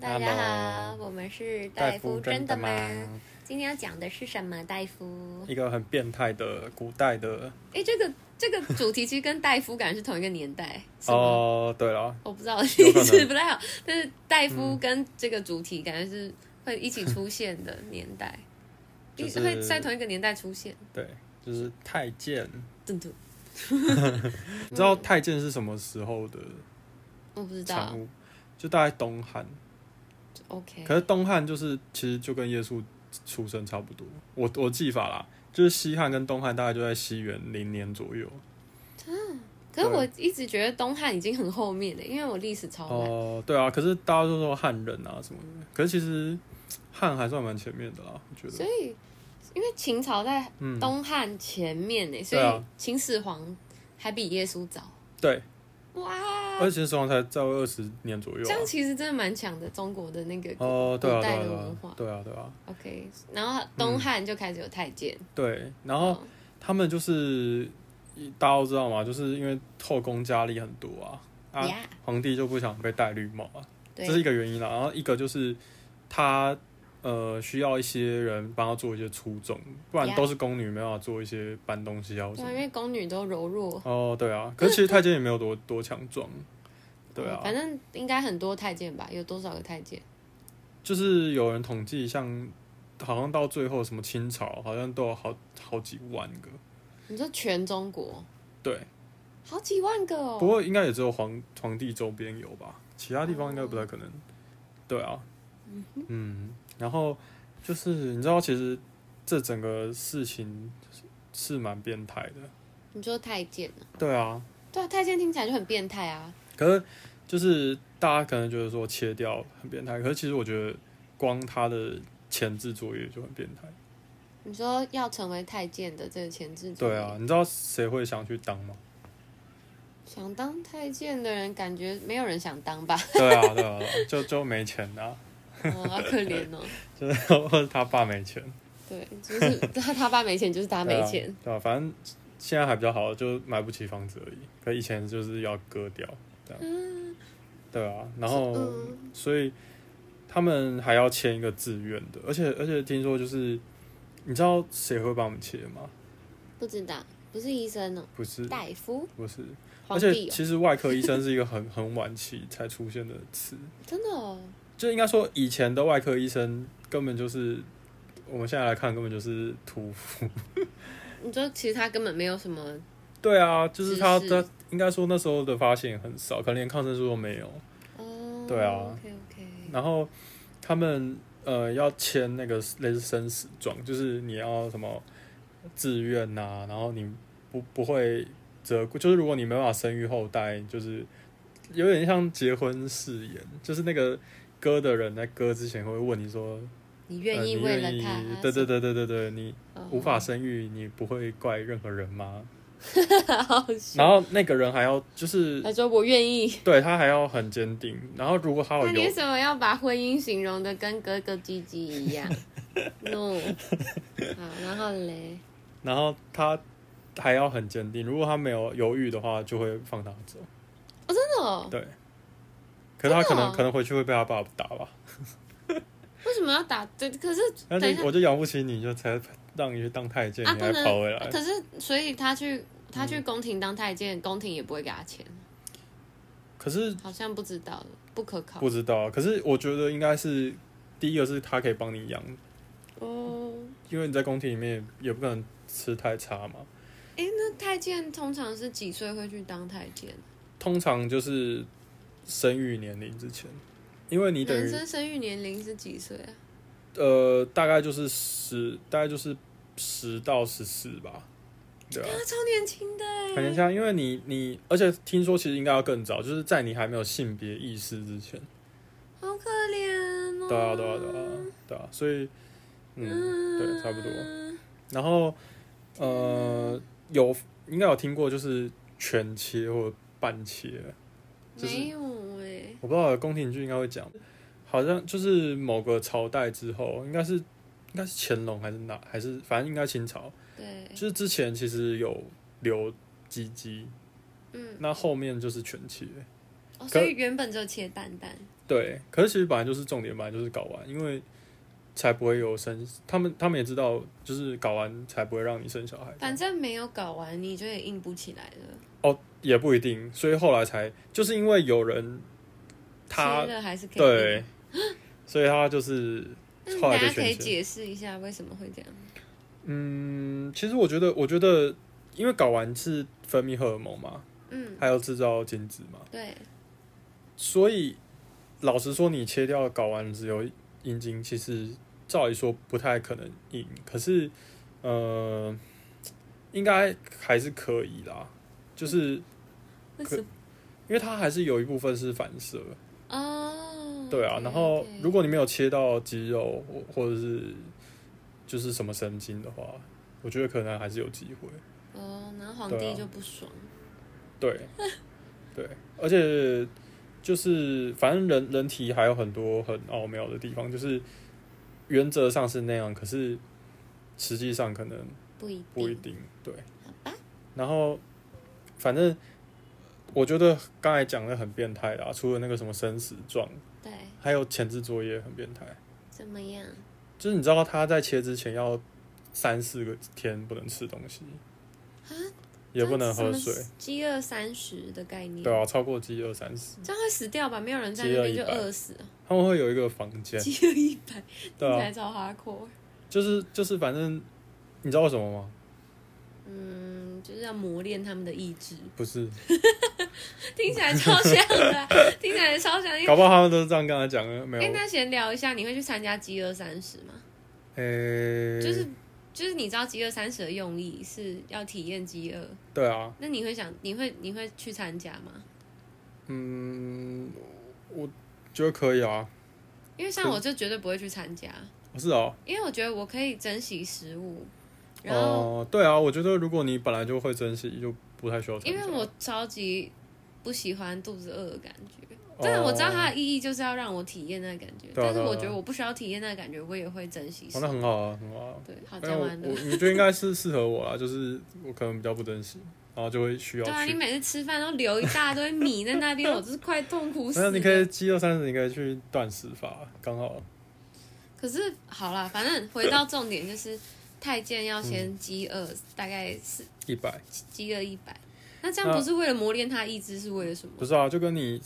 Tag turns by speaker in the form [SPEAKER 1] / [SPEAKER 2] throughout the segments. [SPEAKER 1] 大家好，我们是大夫，真的吗？今天要讲的是什么，大夫？
[SPEAKER 2] 一个很变态的古代的
[SPEAKER 1] 哎，这个这个主题其实跟大夫感是同一个年代，是吗？
[SPEAKER 2] 哦，对了，
[SPEAKER 1] 我不知道
[SPEAKER 2] 有可
[SPEAKER 1] 意
[SPEAKER 2] 能
[SPEAKER 1] 思不太好，但是大夫跟这个主题感觉是会一起出现的年代，
[SPEAKER 2] 就
[SPEAKER 1] 一
[SPEAKER 2] 是
[SPEAKER 1] 会在同一个年代出现。
[SPEAKER 2] 对，就是太监。
[SPEAKER 1] 真的，
[SPEAKER 2] 你知道太监是什么时候的
[SPEAKER 1] 我哦不知道
[SPEAKER 2] 产。物？就大概东汉。
[SPEAKER 1] OK，
[SPEAKER 2] 可是东汉就是其实就跟耶稣出生差不多，我我记法啦，就是西汉跟东汉大概就在西元零年左右。
[SPEAKER 1] 可是我一直觉得东汉已经很后面了，因为我历史超烂。
[SPEAKER 2] 哦，对啊，可是大家都说汉人啊什么的，可是其实汉还算蛮前面的啦，我觉
[SPEAKER 1] 所
[SPEAKER 2] 得。
[SPEAKER 1] 以，因为秦朝在
[SPEAKER 2] 嗯，
[SPEAKER 1] 东汉前面呢、欸所
[SPEAKER 2] 对啊
[SPEAKER 1] 以秦始皇还比耶稣早。
[SPEAKER 2] 对，
[SPEAKER 1] 哇，
[SPEAKER 2] 而且秦始皇才在位二十年左右、
[SPEAKER 1] 这
[SPEAKER 2] 啊
[SPEAKER 1] 样。其实真的蛮强的，中国的那个。
[SPEAKER 2] 哦，对啊，
[SPEAKER 1] 古
[SPEAKER 2] 对
[SPEAKER 1] 代
[SPEAKER 2] 啊，
[SPEAKER 1] 的
[SPEAKER 2] 对
[SPEAKER 1] 文
[SPEAKER 2] 啊
[SPEAKER 1] 化，
[SPEAKER 2] 对啊，对啊，
[SPEAKER 1] OK，然后东汉就开始有太监，
[SPEAKER 2] 对。嗯然
[SPEAKER 1] 嗯
[SPEAKER 2] 后他们就是大家都知道嘛，就是因为后宫佳丽很多啊，啊
[SPEAKER 1] Yeah
[SPEAKER 2] 皇帝就不想被戴绿帽啊，
[SPEAKER 1] 对
[SPEAKER 2] 这是一个原因啦。然后一个就是他呃需要一些人帮他做一些出众，不然
[SPEAKER 1] Yeah
[SPEAKER 2] 都是宫女没办法做一些搬东西啊或什
[SPEAKER 1] 对啊，
[SPEAKER 2] 么
[SPEAKER 1] 因
[SPEAKER 2] 的。
[SPEAKER 1] 为宫女都柔弱。
[SPEAKER 2] 哦，对啊，可是其实太监也没有多多强壮，对啊，
[SPEAKER 1] 嗯反正应该很多太监吧？有多少个太监？
[SPEAKER 2] 就是有人统计，像好像到最后什么清朝，好像都有好好几万个，
[SPEAKER 1] 你说全中国
[SPEAKER 2] 对。
[SPEAKER 1] 好几万个
[SPEAKER 2] 不
[SPEAKER 1] 哦。
[SPEAKER 2] 过应该也只有皇皇帝周边有吧，其他地方应该不太可能。对啊，嗯，然后就是你知道，其实这整个事情是是蛮变态的。
[SPEAKER 1] 你说太监啊？
[SPEAKER 2] 对啊，
[SPEAKER 1] 对啊，太监听起来就很变态啊。
[SPEAKER 2] 可是就是大家可能觉得说切掉很变态，可是其实我觉得光他的前置作业就很变态。
[SPEAKER 1] 你说要成为太监的这个前置作业
[SPEAKER 2] 对啊，，你知道谁会想去当吗？
[SPEAKER 1] 想当太监的人，感觉没有人想当吧？
[SPEAKER 2] 对啊，对啊，对啊就就没钱啊，
[SPEAKER 1] 哦，好可怜哦。
[SPEAKER 2] 就是或者他爸没钱。
[SPEAKER 1] 对，就是 他他爸没钱，就是他没钱。
[SPEAKER 2] 对啊，对啊，反正现在还比较好，就买不起房子而已。可以前就是要割掉，这样。对啊，然后、
[SPEAKER 1] 嗯
[SPEAKER 2] 所以他们还要签一个自愿的，而且而且听说就是，你知道谁会帮我们签吗？
[SPEAKER 1] 不知道，不是医生哦，
[SPEAKER 2] 不是，
[SPEAKER 1] 大夫，
[SPEAKER 2] 不是，
[SPEAKER 1] 皇
[SPEAKER 2] 嗯而且
[SPEAKER 1] 帝哦，
[SPEAKER 2] 其实外科医生是一个很 很晚期才出现的词，
[SPEAKER 1] 真的哦。
[SPEAKER 2] 就应该说以前的外科医生根本就是。我们现在来看，根本就是屠夫。
[SPEAKER 1] 你说其实他根本没有什么，
[SPEAKER 2] 对啊，就是他
[SPEAKER 1] 知识
[SPEAKER 2] 他应该说那时候的发现也很少，可能连抗生素都没有。
[SPEAKER 1] 哦，
[SPEAKER 2] 对啊
[SPEAKER 1] ，OK OK，
[SPEAKER 2] 然后他们呃要签那个类似生死状，就是你要什么自愿呐、然后你不不会责，就是如果你没办法生育后代，就是有点像结婚誓言，就是那个割的人在割之前会问你说，
[SPEAKER 1] 你
[SPEAKER 2] 呃
[SPEAKER 1] 愿意
[SPEAKER 2] 你
[SPEAKER 1] 为了
[SPEAKER 2] 愿意
[SPEAKER 1] 他，
[SPEAKER 2] 对对对对对对，你
[SPEAKER 1] 哦
[SPEAKER 2] 无法生育，你不会怪任何人吗？
[SPEAKER 1] 好
[SPEAKER 2] 然后那个人还要就是
[SPEAKER 1] 他说我愿意。
[SPEAKER 2] 对他还要很坚定，然后如果他有
[SPEAKER 1] 那你为
[SPEAKER 2] 犹
[SPEAKER 1] 什么要把婚姻形容的跟哥哥鸡鸡一样 ？No，好，然后嘞，
[SPEAKER 2] 然后他还要很坚定，如果他没有犹豫的话，就会放他走。
[SPEAKER 1] 哦，真的哦，
[SPEAKER 2] 对，可是他可
[SPEAKER 1] 真
[SPEAKER 2] 能、
[SPEAKER 1] 的哦
[SPEAKER 2] 可能回去会被他爸爸打吧，
[SPEAKER 1] 为什么要打？对，可是
[SPEAKER 2] 那
[SPEAKER 1] 等一
[SPEAKER 2] 你
[SPEAKER 1] 下
[SPEAKER 2] 我就养不起你，就才让你去当太监，
[SPEAKER 1] 啊，
[SPEAKER 2] 你
[SPEAKER 1] 不
[SPEAKER 2] 还
[SPEAKER 1] 能
[SPEAKER 2] 跑回来。
[SPEAKER 1] 可是，所以他去他
[SPEAKER 2] 嗯
[SPEAKER 1] 去宫廷当太监，宫廷也不会给他钱，
[SPEAKER 2] 可是
[SPEAKER 1] 好像不知道，不可靠
[SPEAKER 2] 不。知道，啊可是我觉得应该是第一个是他可以帮你养，
[SPEAKER 1] 哦，
[SPEAKER 2] 因为你在宫廷里面也不可能吃太差嘛。
[SPEAKER 1] 哎，那太监通常是几岁会去当太监？
[SPEAKER 2] 通常就是生育年龄之前，因为你等
[SPEAKER 1] 男
[SPEAKER 2] 于
[SPEAKER 1] 生生育年龄是几岁啊？
[SPEAKER 2] 呃，大概就是十，大概就是十到十四吧，对啊，
[SPEAKER 1] 啊，超年轻的哎，
[SPEAKER 2] 很年轻啊，因为你你，而且听说其实应该要更早，就是在你还没有性别意识之前，
[SPEAKER 1] 好可怜哦。
[SPEAKER 2] 对啊，对啊，对啊，对啊，所以，嗯，
[SPEAKER 1] 嗯
[SPEAKER 2] 对差不多然后呃，有应该有听过就是全切或半切，就是
[SPEAKER 1] 没有哎，
[SPEAKER 2] 我不知道宫廷剧应该会讲，好像就是某个朝代之后，应该是应该是乾隆还是哪还是反正应该清朝，
[SPEAKER 1] 对，
[SPEAKER 2] 就是之前其实有留鸡鸡，
[SPEAKER 1] 嗯，
[SPEAKER 2] 那后面就是全切。
[SPEAKER 1] 哦所以原本只有切蛋蛋，
[SPEAKER 2] 对，可是其实本来就是重点，本来就是睾丸，因为才不会有生，他们他们也知道，就是睾丸才不会让你生小孩，
[SPEAKER 1] 反正没有搞完，你就也硬不起来了。
[SPEAKER 2] 也不一定，所以后来才就是因为有人他
[SPEAKER 1] 切了还是可以。
[SPEAKER 2] 对，所以他就是
[SPEAKER 1] 那你
[SPEAKER 2] 后来
[SPEAKER 1] 大
[SPEAKER 2] 就
[SPEAKER 1] 家可以
[SPEAKER 2] 选择，
[SPEAKER 1] 解释一下为什么会这样？
[SPEAKER 2] 嗯，其实我觉得，我觉得因为睾丸是分泌荷尔蒙嘛，
[SPEAKER 1] 嗯，
[SPEAKER 2] 还有制造精子嘛，
[SPEAKER 1] 对，
[SPEAKER 2] 所以老实说，你切掉睾丸只有阴茎，其实照理说不太可能赢，可是呃，应该还是可以啦，就是
[SPEAKER 1] 为什么？
[SPEAKER 2] 因为它还是有一部分是反射，
[SPEAKER 1] 哦，
[SPEAKER 2] 嗯对啊，
[SPEAKER 1] OK，
[SPEAKER 2] 然后
[SPEAKER 1] OK
[SPEAKER 2] 如果你没有切到肌肉或或者是就是什么神经的话，我觉得可能还是有机会。
[SPEAKER 1] 哦，然后皇
[SPEAKER 2] 对
[SPEAKER 1] 帝
[SPEAKER 2] 啊
[SPEAKER 1] 就不爽，
[SPEAKER 2] 对，对，而且就是反正人人体还有很多很奥妙的地方，就是原则上是那样，可是实际上可能
[SPEAKER 1] 不一
[SPEAKER 2] 不一
[SPEAKER 1] 定，
[SPEAKER 2] 定。对，
[SPEAKER 1] 好吧？
[SPEAKER 2] 然后反正我觉得刚才讲的很变态啦，除了那个什么生死状，
[SPEAKER 1] 对，
[SPEAKER 2] 还有前置作业很变态。
[SPEAKER 1] 怎么样？
[SPEAKER 2] 就是你知道他在切之前要三四个天不能吃东西，也不能喝
[SPEAKER 1] 啊
[SPEAKER 2] 水
[SPEAKER 1] 这样，什么饥饿三十的概念，
[SPEAKER 2] 对啊，超过饥饿三十，
[SPEAKER 1] 这样会死掉吧？没有人在那边
[SPEAKER 2] 饥
[SPEAKER 1] 就
[SPEAKER 2] 饿100
[SPEAKER 1] 饿死了，
[SPEAKER 2] 他们会有一个房间，
[SPEAKER 1] 饥饿一百，听起
[SPEAKER 2] 对啊，
[SPEAKER 1] 来超 hardcore。
[SPEAKER 2] 就是就是反正你知道为什么吗？
[SPEAKER 1] 嗯，就是要磨练他们的意志，
[SPEAKER 2] 不是，
[SPEAKER 1] 听起来超像的啊， 听起来超像。因为
[SPEAKER 2] 搞不好他们都是这样跟他讲的，没
[SPEAKER 1] 哎、
[SPEAKER 2] 有，
[SPEAKER 1] 那闲聊一下，你会去参加饥饿三十吗？
[SPEAKER 2] 诶，
[SPEAKER 1] 就是就是你知道饥饿三十的用意是要体验饥饿，
[SPEAKER 2] 对啊，
[SPEAKER 1] 那你会想你会你会去参加吗？
[SPEAKER 2] 嗯，我觉得可以啊，
[SPEAKER 1] 因为像我就绝对不会去参加，
[SPEAKER 2] 哦是哦，
[SPEAKER 1] 因为我觉得我可以珍惜食物，然后、
[SPEAKER 2] 哦，对啊，我觉得如果你本来就会珍惜，就不太需要参
[SPEAKER 1] 因
[SPEAKER 2] 加，
[SPEAKER 1] 为我超级不喜欢肚子饿的感觉。但是我知道它
[SPEAKER 2] 哦，
[SPEAKER 1] 的意义就是要让我体验那个感觉，
[SPEAKER 2] 对啊
[SPEAKER 1] 但是
[SPEAKER 2] 对啊
[SPEAKER 1] 我
[SPEAKER 2] 对啊
[SPEAKER 1] 觉得我不需要体验那个感觉，我也会珍惜食
[SPEAKER 2] 哦
[SPEAKER 1] 物。
[SPEAKER 2] 那很好啊，很好啊。
[SPEAKER 1] 对，好，
[SPEAKER 2] 没有
[SPEAKER 1] 讲
[SPEAKER 2] 我
[SPEAKER 1] 完了
[SPEAKER 2] 我。我觉得应该是适合我啦，就是我可能比较不珍惜，然后就会需要
[SPEAKER 1] 对啊，你
[SPEAKER 2] 去。
[SPEAKER 1] 每次吃饭都留一大堆米在那 边，我真是快痛苦死
[SPEAKER 2] 没有，
[SPEAKER 1] 了。
[SPEAKER 2] 你可以肌肉三十，你可以去断食法，刚好。
[SPEAKER 1] 可是好啦，反正回到重点，就是太监要先饥饿，大概是
[SPEAKER 2] 一百
[SPEAKER 1] 饥饿一百。那这样不是为了磨练他意志，是为了什么？
[SPEAKER 2] 不是啊，就跟你，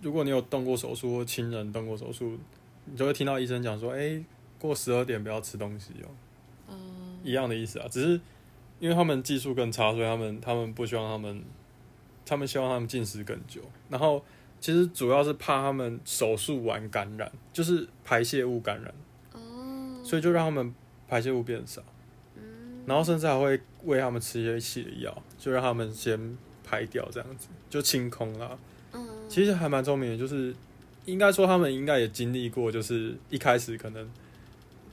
[SPEAKER 2] 如果你有动过手术或亲人动过手术，你就会听到医生讲说，哎、过十二点不要吃东西哦、
[SPEAKER 1] 哦、
[SPEAKER 2] 一样的意思啊，只是因为他们技术更差，所以他们他们不希望他们，他们希望他们进食更久。然后其实主要是怕他们手术完感染，就是排泄物感染。
[SPEAKER 1] 哦，
[SPEAKER 2] 所以就让他们排泄物变少，然后甚至还会喂他们吃一些泻药，就让他们先排掉，这样子就清空啦。
[SPEAKER 1] 嗯，
[SPEAKER 2] 其实还蛮聪明的，就是应该说他们应该也经历过，就是一开始可能
[SPEAKER 1] 嗯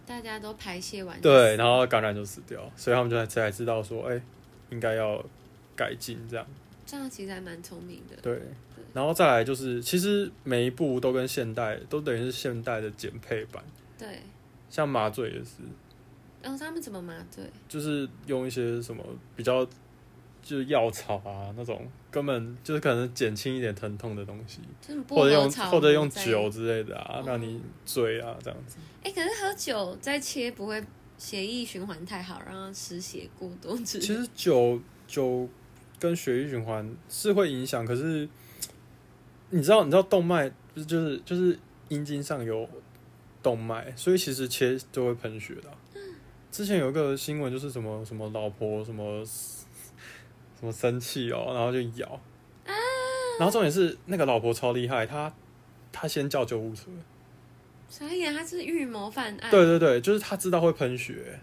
[SPEAKER 1] 大家都排泄完，
[SPEAKER 2] 对，然后感染就死掉，所以他们就才才知道说，哎、应该要改进这样。
[SPEAKER 1] 这样其实还蛮聪明的。
[SPEAKER 2] 对，然后再来就是，其实每一步都跟现代都等于是现代的减配版，
[SPEAKER 1] 对，
[SPEAKER 2] 像麻醉也是，
[SPEAKER 1] 然、后他们怎么麻醉？
[SPEAKER 2] 就是用一些什么比较就是药草啊那种，根本就是可能减轻一点疼痛的东西，
[SPEAKER 1] 就是薄
[SPEAKER 2] 或者
[SPEAKER 1] 荷
[SPEAKER 2] 用
[SPEAKER 1] 草
[SPEAKER 2] 或者用
[SPEAKER 1] 在
[SPEAKER 2] 酒。之类的啊
[SPEAKER 1] 哦，
[SPEAKER 2] 让你醉啊这样子。
[SPEAKER 1] 哎、可是喝酒再切不会血液循环太好，让它失血过多之类
[SPEAKER 2] 其
[SPEAKER 1] 的。
[SPEAKER 2] 实酒酒跟血液循环是会影响，可是你知道你知道动脉就是就是就是阴茎上有动脉，所以其实切就会喷血的啊、之前有一个新闻就是什么什么老婆什么什么生气哦，然后就咬，然后重点是那个老婆超厉害，她她先叫救护车，
[SPEAKER 1] 所以啊他是预谋犯案。
[SPEAKER 2] 对对对，就是他知道会喷血，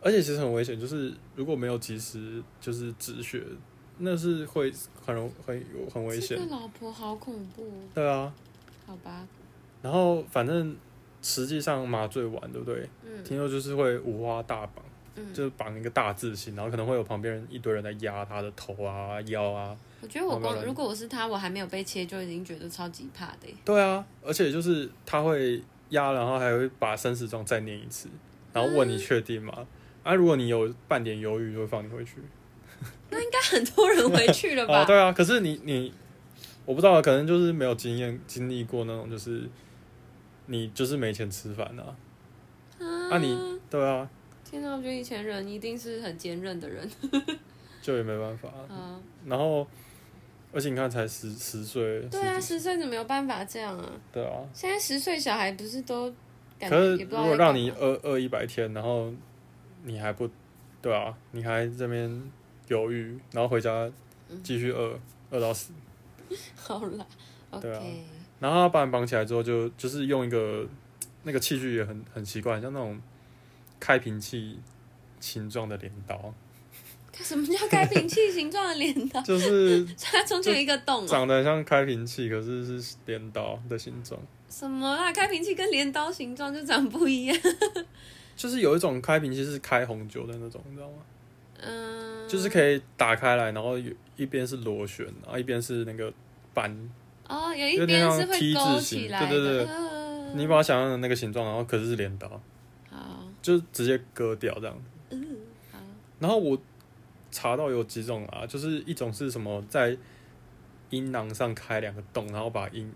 [SPEAKER 2] 而且其实很危险，就是如果没有及时就是止血，那是会很容很有很危
[SPEAKER 1] 这
[SPEAKER 2] 险
[SPEAKER 1] 个。老婆好恐怖，
[SPEAKER 2] 对啊，
[SPEAKER 1] 好吧，
[SPEAKER 2] 然后反正实际上麻醉完，对不对？
[SPEAKER 1] 嗯
[SPEAKER 2] 听说就是会五花大绑，
[SPEAKER 1] 嗯，
[SPEAKER 2] 就是绑一个大字形，然后可能会有旁边人一堆人在压他的头啊、腰啊。
[SPEAKER 1] 我觉得我
[SPEAKER 2] 好吧
[SPEAKER 1] 光如果我是他，我还没有被切就已经觉得超级怕的耶。
[SPEAKER 2] 对啊，而且就是他会压，然后还会把生死状再念一次，然后
[SPEAKER 1] 嗯
[SPEAKER 2] 问你确定吗？啊，如果你有半点犹豫，就会放你回去。
[SPEAKER 1] 那应该很多人回去了
[SPEAKER 2] 哦
[SPEAKER 1] 吧？
[SPEAKER 2] 对啊，可是你你我不知道，可能就是没有经验经历过那种，就是你就是没钱吃饭啊。
[SPEAKER 1] 啊
[SPEAKER 2] 啊你，对啊，
[SPEAKER 1] 天哪，我觉得以前人一定是很坚韧的人
[SPEAKER 2] 就也没办法。
[SPEAKER 1] 啊。
[SPEAKER 2] 然后，而且你看才十十岁，
[SPEAKER 1] 对啊，
[SPEAKER 2] 十几
[SPEAKER 1] 十岁怎么有办法这样啊？
[SPEAKER 2] 对啊。
[SPEAKER 1] 现在十岁小孩不是都感
[SPEAKER 2] 可
[SPEAKER 1] 觉
[SPEAKER 2] 是
[SPEAKER 1] 也不知
[SPEAKER 2] 如
[SPEAKER 1] 道
[SPEAKER 2] 果
[SPEAKER 1] 在干
[SPEAKER 2] 让
[SPEAKER 1] 嘛
[SPEAKER 2] 你饿饿一百天，然后你还不对啊，你还这边犹豫，然后回家
[SPEAKER 1] 嗯
[SPEAKER 2] 继续饿饿到死，
[SPEAKER 1] 好啦
[SPEAKER 2] 对啊
[SPEAKER 1] ，OK，
[SPEAKER 2] 然后他把你绑起来之后就，就是用一个那个器具也很很奇怪，像那种开瓶器形状的镰刀，
[SPEAKER 1] 看什么叫开瓶器形状的镰刀？
[SPEAKER 2] 就是
[SPEAKER 1] 它中间有一个洞啊？
[SPEAKER 2] 长得很像开瓶器，可是是镰刀的形状。
[SPEAKER 1] 什么啦？开瓶器跟镰刀形状就长不一样。
[SPEAKER 2] 就是有一种开瓶器是开红酒的那种，你知道吗？
[SPEAKER 1] 嗯，
[SPEAKER 2] 就是可以打开来，然后有一边是螺旋，然后一边是那个扳，
[SPEAKER 1] 哦，有一边是会勾起来的，
[SPEAKER 2] 有点像 T 字形对对对
[SPEAKER 1] 嗯
[SPEAKER 2] 你把它想象成那个形状，然后可是是镰刀，
[SPEAKER 1] 好，
[SPEAKER 2] 就是直接割掉这样。
[SPEAKER 1] 嗯，好，
[SPEAKER 2] 然后我查到有几种啊，就是一种是什么在阴囊上开两个洞，然后把阴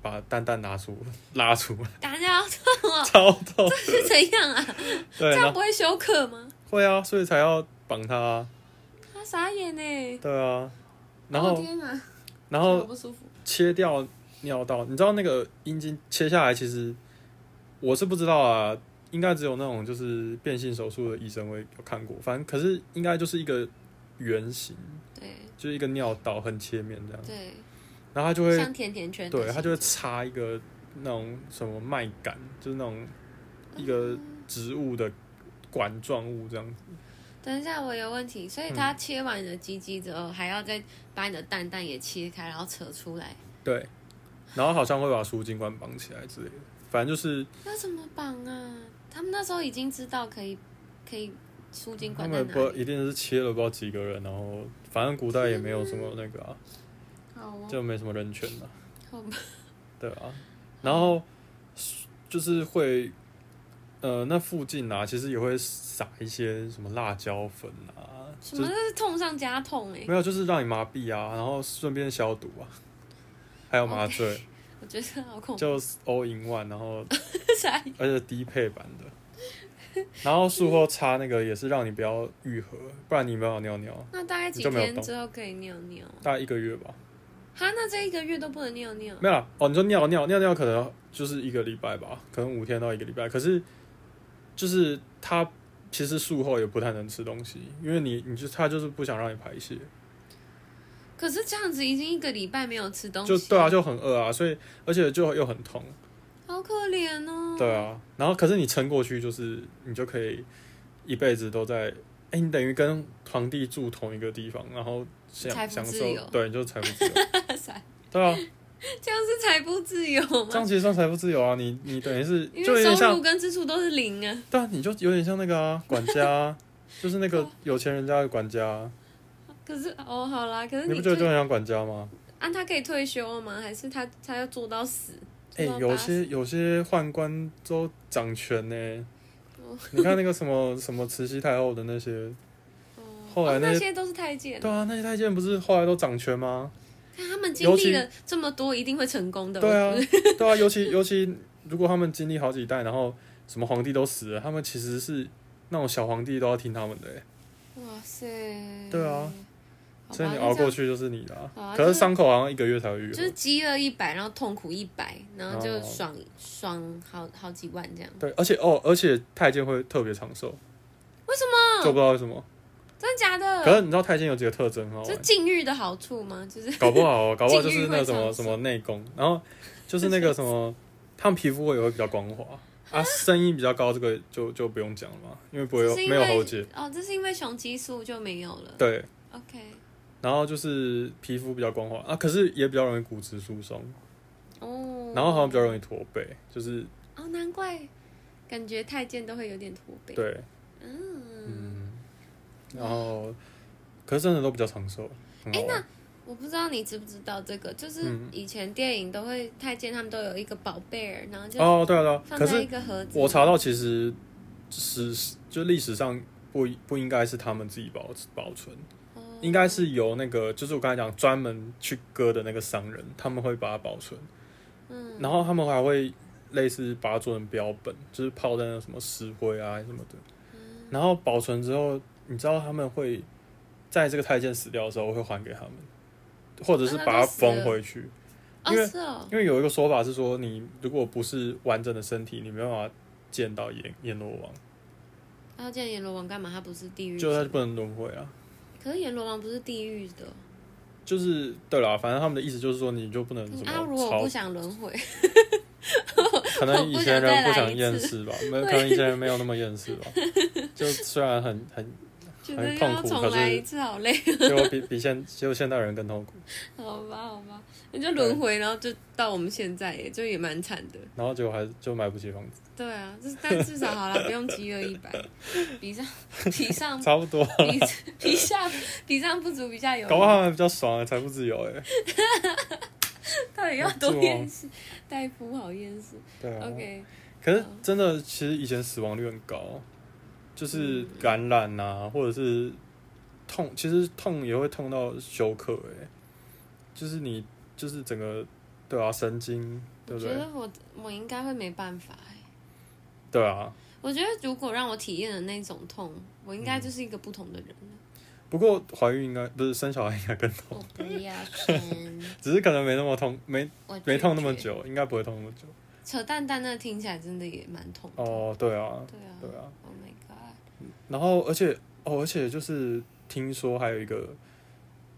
[SPEAKER 2] 把蛋蛋拿出 拉出来，
[SPEAKER 1] 大家要这
[SPEAKER 2] 超痛。
[SPEAKER 1] 是怎样啊？这
[SPEAKER 2] 对，
[SPEAKER 1] 样
[SPEAKER 2] 然后
[SPEAKER 1] 不会休克吗？
[SPEAKER 2] 会啊，所以才要绑它、啊。
[SPEAKER 1] 他傻眼呢。
[SPEAKER 2] 对啊，然
[SPEAKER 1] 哦
[SPEAKER 2] 后
[SPEAKER 1] 天哪，
[SPEAKER 2] 然
[SPEAKER 1] 好
[SPEAKER 2] 后
[SPEAKER 1] 不舒服。
[SPEAKER 2] 切掉尿道，你知道那个阴茎切下来，其实我是不知道啊，应该只有那种就是变性手术的医生会有看过，反正可是应该就是一个圆形，
[SPEAKER 1] 对
[SPEAKER 2] 就是一个尿道很切面这样，
[SPEAKER 1] 对，
[SPEAKER 2] 然后它就会
[SPEAKER 1] 像甜甜圈的形
[SPEAKER 2] 对，
[SPEAKER 1] 状，
[SPEAKER 2] 它就会插一个那种什么麦秆，就是那种一
[SPEAKER 1] 嗯
[SPEAKER 2] 个植物的管状物这样子。
[SPEAKER 1] 等一下，我有问题。所以
[SPEAKER 2] 嗯
[SPEAKER 1] 他切完你的鸡鸡之后，还要再把你的蛋蛋也切开，然后扯出来，
[SPEAKER 2] 对，然后好像会把输精管绑起来之类的，反正就是
[SPEAKER 1] 那怎么绑啊？他们那时候已经知道可以可以输精
[SPEAKER 2] 他
[SPEAKER 1] 管在
[SPEAKER 2] 们
[SPEAKER 1] 哪
[SPEAKER 2] 不
[SPEAKER 1] 里，
[SPEAKER 2] 一定是切了不知道几个人，然后反正古代也没有什么那个啊，
[SPEAKER 1] 好哦，
[SPEAKER 2] 就没什么人权啊，
[SPEAKER 1] 好吧，
[SPEAKER 2] 对啊，然后就是会。呃，那附近啊，其实也会撒一些什么辣椒粉啊，
[SPEAKER 1] 什
[SPEAKER 2] 就
[SPEAKER 1] 么
[SPEAKER 2] 是
[SPEAKER 1] 这是痛上加痛哎、
[SPEAKER 2] 没有，就是让你麻痹啊，然后顺便消毒 啊，还有麻醉
[SPEAKER 1] 我觉得好恐怖，
[SPEAKER 2] 就是 all in one，然后
[SPEAKER 1] 傻眼
[SPEAKER 2] 而且低配版的，然后术后擦那个也是让你不要愈合，不然你没有尿尿，
[SPEAKER 1] 那大概几
[SPEAKER 2] 你就没有
[SPEAKER 1] 天
[SPEAKER 2] 动
[SPEAKER 1] 之后可以尿尿？
[SPEAKER 2] 大概一个月吧，
[SPEAKER 1] 哈，那这一个月都不能尿尿？
[SPEAKER 2] 没有啦，哦，你说尿尿尿尿可能就是一个礼拜吧，可能五天到一个礼拜，可是就是它其实术后也不太能吃东西，因为你你就它就是不想让你排泄，
[SPEAKER 1] 可是这样子已经一个礼拜没有吃东西，
[SPEAKER 2] 就对啊，就很饿啊，所以而且就又很痛。
[SPEAKER 1] 好可怜哦。
[SPEAKER 2] 对啊，然后可是你撑过去，就是你就可以一辈子都在，哎、你等于跟皇帝住同一个地方，然后
[SPEAKER 1] 财
[SPEAKER 2] 享
[SPEAKER 1] 富
[SPEAKER 2] 享
[SPEAKER 1] 自
[SPEAKER 2] 受
[SPEAKER 1] 由，
[SPEAKER 2] 对，你就财富自 由。
[SPEAKER 1] 傻眼
[SPEAKER 2] 对啊，
[SPEAKER 1] 这样是财富自由
[SPEAKER 2] 这样
[SPEAKER 1] 吗？
[SPEAKER 2] 其实算财富自由啊，你你等于是
[SPEAKER 1] 因
[SPEAKER 2] 就有
[SPEAKER 1] 为
[SPEAKER 2] 点
[SPEAKER 1] 收入
[SPEAKER 2] 像，
[SPEAKER 1] 跟支出都是零啊。
[SPEAKER 2] 对啊，你就有点像那个啊，管 家、啊，就是那
[SPEAKER 1] 哦
[SPEAKER 2] 个有钱人家的管家、啊，
[SPEAKER 1] 可是哦，好啦，可是
[SPEAKER 2] 你不觉
[SPEAKER 1] 就
[SPEAKER 2] 得就很像管家吗？
[SPEAKER 1] 啊，他可以退休吗？还是他他要做到死？
[SPEAKER 2] 哎、
[SPEAKER 1] 做到
[SPEAKER 2] 有
[SPEAKER 1] 八十
[SPEAKER 2] 些有些宦官都掌权呢、
[SPEAKER 1] 哦
[SPEAKER 2] 你看那个什么什么慈禧太后的那些，
[SPEAKER 1] 哦
[SPEAKER 2] 后来
[SPEAKER 1] 哦
[SPEAKER 2] 那
[SPEAKER 1] 那
[SPEAKER 2] 些
[SPEAKER 1] 些都是太监，
[SPEAKER 2] 对啊，那些太监不是后来都掌权吗？
[SPEAKER 1] 看他们经历了这么多，一定会成功的。
[SPEAKER 2] 对啊，对啊，尤其 尤其如果他们经历好几代，然后什么皇帝都死了，他们其实是那种小皇帝都要听他们的欸、
[SPEAKER 1] 哦哇塞，
[SPEAKER 2] 对啊
[SPEAKER 1] 好吧，
[SPEAKER 2] 所以你熬过
[SPEAKER 1] 去
[SPEAKER 2] 去就是你的、啊。
[SPEAKER 1] 好啊
[SPEAKER 2] 可
[SPEAKER 1] 就是是
[SPEAKER 2] 伤口好像一个月才会愈合，
[SPEAKER 1] 就是饥饿一百，然后痛苦一百，然后就
[SPEAKER 2] 哦
[SPEAKER 1] 爽爽好好几万这样。
[SPEAKER 2] 对，而且哦，而且太监会特别长寿，
[SPEAKER 1] 为什么？
[SPEAKER 2] 就不知道为什么。
[SPEAKER 1] 真的假
[SPEAKER 2] 可
[SPEAKER 1] 的？
[SPEAKER 2] 是你知道太监有几个特征很好
[SPEAKER 1] 这
[SPEAKER 2] 玩
[SPEAKER 1] 是，禁欲的好处吗？就是
[SPEAKER 2] 搞不好、哦、搞不好就是那个什
[SPEAKER 1] 禁欲
[SPEAKER 2] 么
[SPEAKER 1] 会长寿
[SPEAKER 2] 什么内 功，然后就是那个什么，他们皮肤会也会比较光滑啊，声音比较高，这个就就不用讲了嘛，因为不会有
[SPEAKER 1] 这是因
[SPEAKER 2] 没
[SPEAKER 1] 为
[SPEAKER 2] 有喉结。
[SPEAKER 1] 哦，这是因为雄激素就没有了。
[SPEAKER 2] 对，
[SPEAKER 1] OK，
[SPEAKER 2] 然后就是皮肤比较光滑啊，可是也比较容易骨质疏松，
[SPEAKER 1] 哦，
[SPEAKER 2] 然后好像比较容易驼背，就是
[SPEAKER 1] 哦，难怪感觉太监都会有点驼背。
[SPEAKER 2] 对，嗯
[SPEAKER 1] 嗯，
[SPEAKER 2] 然后可是真的都比较长寿，很好
[SPEAKER 1] 哎
[SPEAKER 2] 玩。
[SPEAKER 1] 我不知道你知不知道这个，就是
[SPEAKER 2] 嗯
[SPEAKER 1] 以前电影都会太监他们都有一个宝贝儿，然后就
[SPEAKER 2] 哦，对啊对啊，
[SPEAKER 1] 放
[SPEAKER 2] 可
[SPEAKER 1] 在
[SPEAKER 2] 是
[SPEAKER 1] 一个盒子。
[SPEAKER 2] 我查到其实史就历史上不不应该是他们自己保保存，
[SPEAKER 1] 哦，
[SPEAKER 2] 应该是由那个，就是我刚才讲专门去割的那个商人，他们会把它保存，
[SPEAKER 1] 嗯，
[SPEAKER 2] 然后他们还会类似把它做成标本，就是泡在那什么石灰啊什么的，
[SPEAKER 1] 嗯
[SPEAKER 2] 然后保存之后，你知道他们会在这个太监死掉的时候会还给他们，或者是把它缝回去，因为
[SPEAKER 1] 哦是哦，
[SPEAKER 2] 因为有一个说法是说，你如果不是完整的身体，你没办法见到阎阎罗王，
[SPEAKER 1] 然后见阎罗王干嘛？他不是地狱
[SPEAKER 2] 就他
[SPEAKER 1] 的，
[SPEAKER 2] 就不能轮回啊。
[SPEAKER 1] 可是阎罗王不是地狱的。
[SPEAKER 2] 就是对啦，反正他们的意思就是说，你就不能什
[SPEAKER 1] 啊，如
[SPEAKER 2] 么
[SPEAKER 1] 果我
[SPEAKER 2] 超
[SPEAKER 1] 不想轮回，
[SPEAKER 2] 可能以前人不想厌世吧， 没有，可能以前人没有那么厌世吧。就虽然很很，
[SPEAKER 1] 觉得
[SPEAKER 2] 很痛
[SPEAKER 1] 要
[SPEAKER 2] 苦
[SPEAKER 1] 重
[SPEAKER 2] 可
[SPEAKER 1] 来
[SPEAKER 2] 是
[SPEAKER 1] 一次，好累。
[SPEAKER 2] 就比比现就现代人更痛苦。
[SPEAKER 1] 好吧，好吧，那就轮回，然后就到我们现在耶，就也蛮惨的。
[SPEAKER 2] 然后结果还就买不起房子，
[SPEAKER 1] 对啊，就是但至少好了，不用饥饿一 百，比上比上
[SPEAKER 2] 差不多。
[SPEAKER 1] 比比下比上不足，比下有余。
[SPEAKER 2] 搞不好还比较爽啊，财富自由哎、
[SPEAKER 1] 到底要多厌世？大夫好厌世。
[SPEAKER 2] 对啊。
[SPEAKER 1] OK，嗯
[SPEAKER 2] 可是真的，其实以前死亡率很高，就是
[SPEAKER 1] 嗯
[SPEAKER 2] 感染啊，或者是痛，其实痛也会痛到休克哎、就是你就是整个对啊，神经对
[SPEAKER 1] 我
[SPEAKER 2] 不
[SPEAKER 1] 觉
[SPEAKER 2] 对？
[SPEAKER 1] 得我我应该会没办法耶。
[SPEAKER 2] 对啊。
[SPEAKER 1] 我觉得如果让我体验的那种痛，我应该就是一个不同的 人了。
[SPEAKER 2] 不过怀孕应该不是生小孩应该更痛，
[SPEAKER 1] 我不要生，
[SPEAKER 2] 只是可能没那么痛，没
[SPEAKER 1] 我拒
[SPEAKER 2] 没痛那么
[SPEAKER 1] 绝。
[SPEAKER 2] 久，应该不会痛那么久。
[SPEAKER 1] 扯淡淡那听起来真的也蛮痛的。
[SPEAKER 2] 哦，对啊，
[SPEAKER 1] 对啊，
[SPEAKER 2] 对啊。
[SPEAKER 1] Oh my god！
[SPEAKER 2] 然后而且哦，而且就是听说还有一个，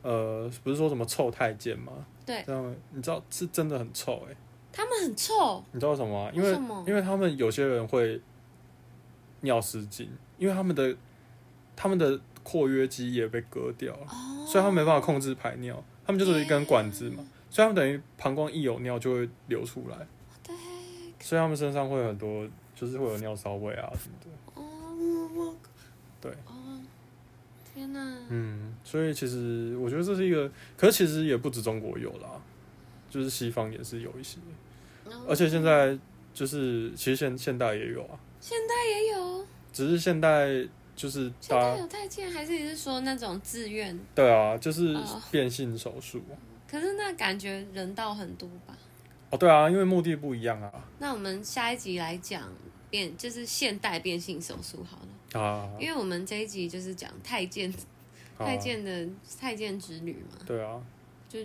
[SPEAKER 2] 呃，不是说什么臭太监吗？
[SPEAKER 1] 对
[SPEAKER 2] 这样你知道是真的很臭哎、
[SPEAKER 1] 他们很臭，
[SPEAKER 2] 你知道为什么吗？因
[SPEAKER 1] 为
[SPEAKER 2] 为
[SPEAKER 1] 什么
[SPEAKER 2] 因为他们有些人会尿失禁，因为他们的他们的括约肌也被割掉了，
[SPEAKER 1] 哦
[SPEAKER 2] 所以他们没办法控制排尿，他们就是一根管子嘛，所以他们等于膀胱一有尿就会流出来，
[SPEAKER 1] 对，
[SPEAKER 2] 所以他们身上会有很多就是会有尿骚味啊什么的。
[SPEAKER 1] 哦，我我，
[SPEAKER 2] 对，
[SPEAKER 1] 哦，天哪，
[SPEAKER 2] 嗯，所以其实我觉得这是一个，可是其实也不止中国有啦，就是西方也是有一些，
[SPEAKER 1] 然后
[SPEAKER 2] 而且现在就是其实现现代也有啊，
[SPEAKER 1] 现在也有，
[SPEAKER 2] 只是现代就是
[SPEAKER 1] 现
[SPEAKER 2] 大家
[SPEAKER 1] 在有太监，还是也是说那种自愿，
[SPEAKER 2] 对啊，就是
[SPEAKER 1] 哦
[SPEAKER 2] 变性手术。
[SPEAKER 1] 可是那感觉人道很多吧？
[SPEAKER 2] 哦，对啊，因为目的不一样啊。
[SPEAKER 1] 那我们下一集来讲变，就是现代变性手术好了，
[SPEAKER 2] 啊，
[SPEAKER 1] 因为我们这一集就是讲太监
[SPEAKER 2] 好啊
[SPEAKER 1] 太监的太监之旅嘛，
[SPEAKER 2] 对啊，
[SPEAKER 1] 就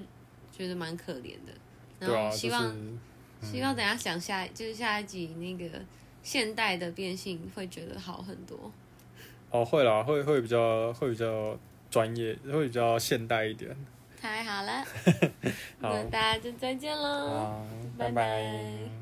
[SPEAKER 1] 觉得蛮可怜的，然
[SPEAKER 2] 对啊，
[SPEAKER 1] 后
[SPEAKER 2] 就
[SPEAKER 1] 希
[SPEAKER 2] 是
[SPEAKER 1] 望。希望等一下想下，就是下一集那个现代的变性会觉得好很多。
[SPEAKER 2] 哦，会啦，会会比较会比较专业，会比较现代一点。
[SPEAKER 1] 太好了，
[SPEAKER 2] 好
[SPEAKER 1] 那大家就再见喽，
[SPEAKER 2] 好，
[SPEAKER 1] 嗯拜
[SPEAKER 2] 啊拜
[SPEAKER 1] 拜
[SPEAKER 2] 拜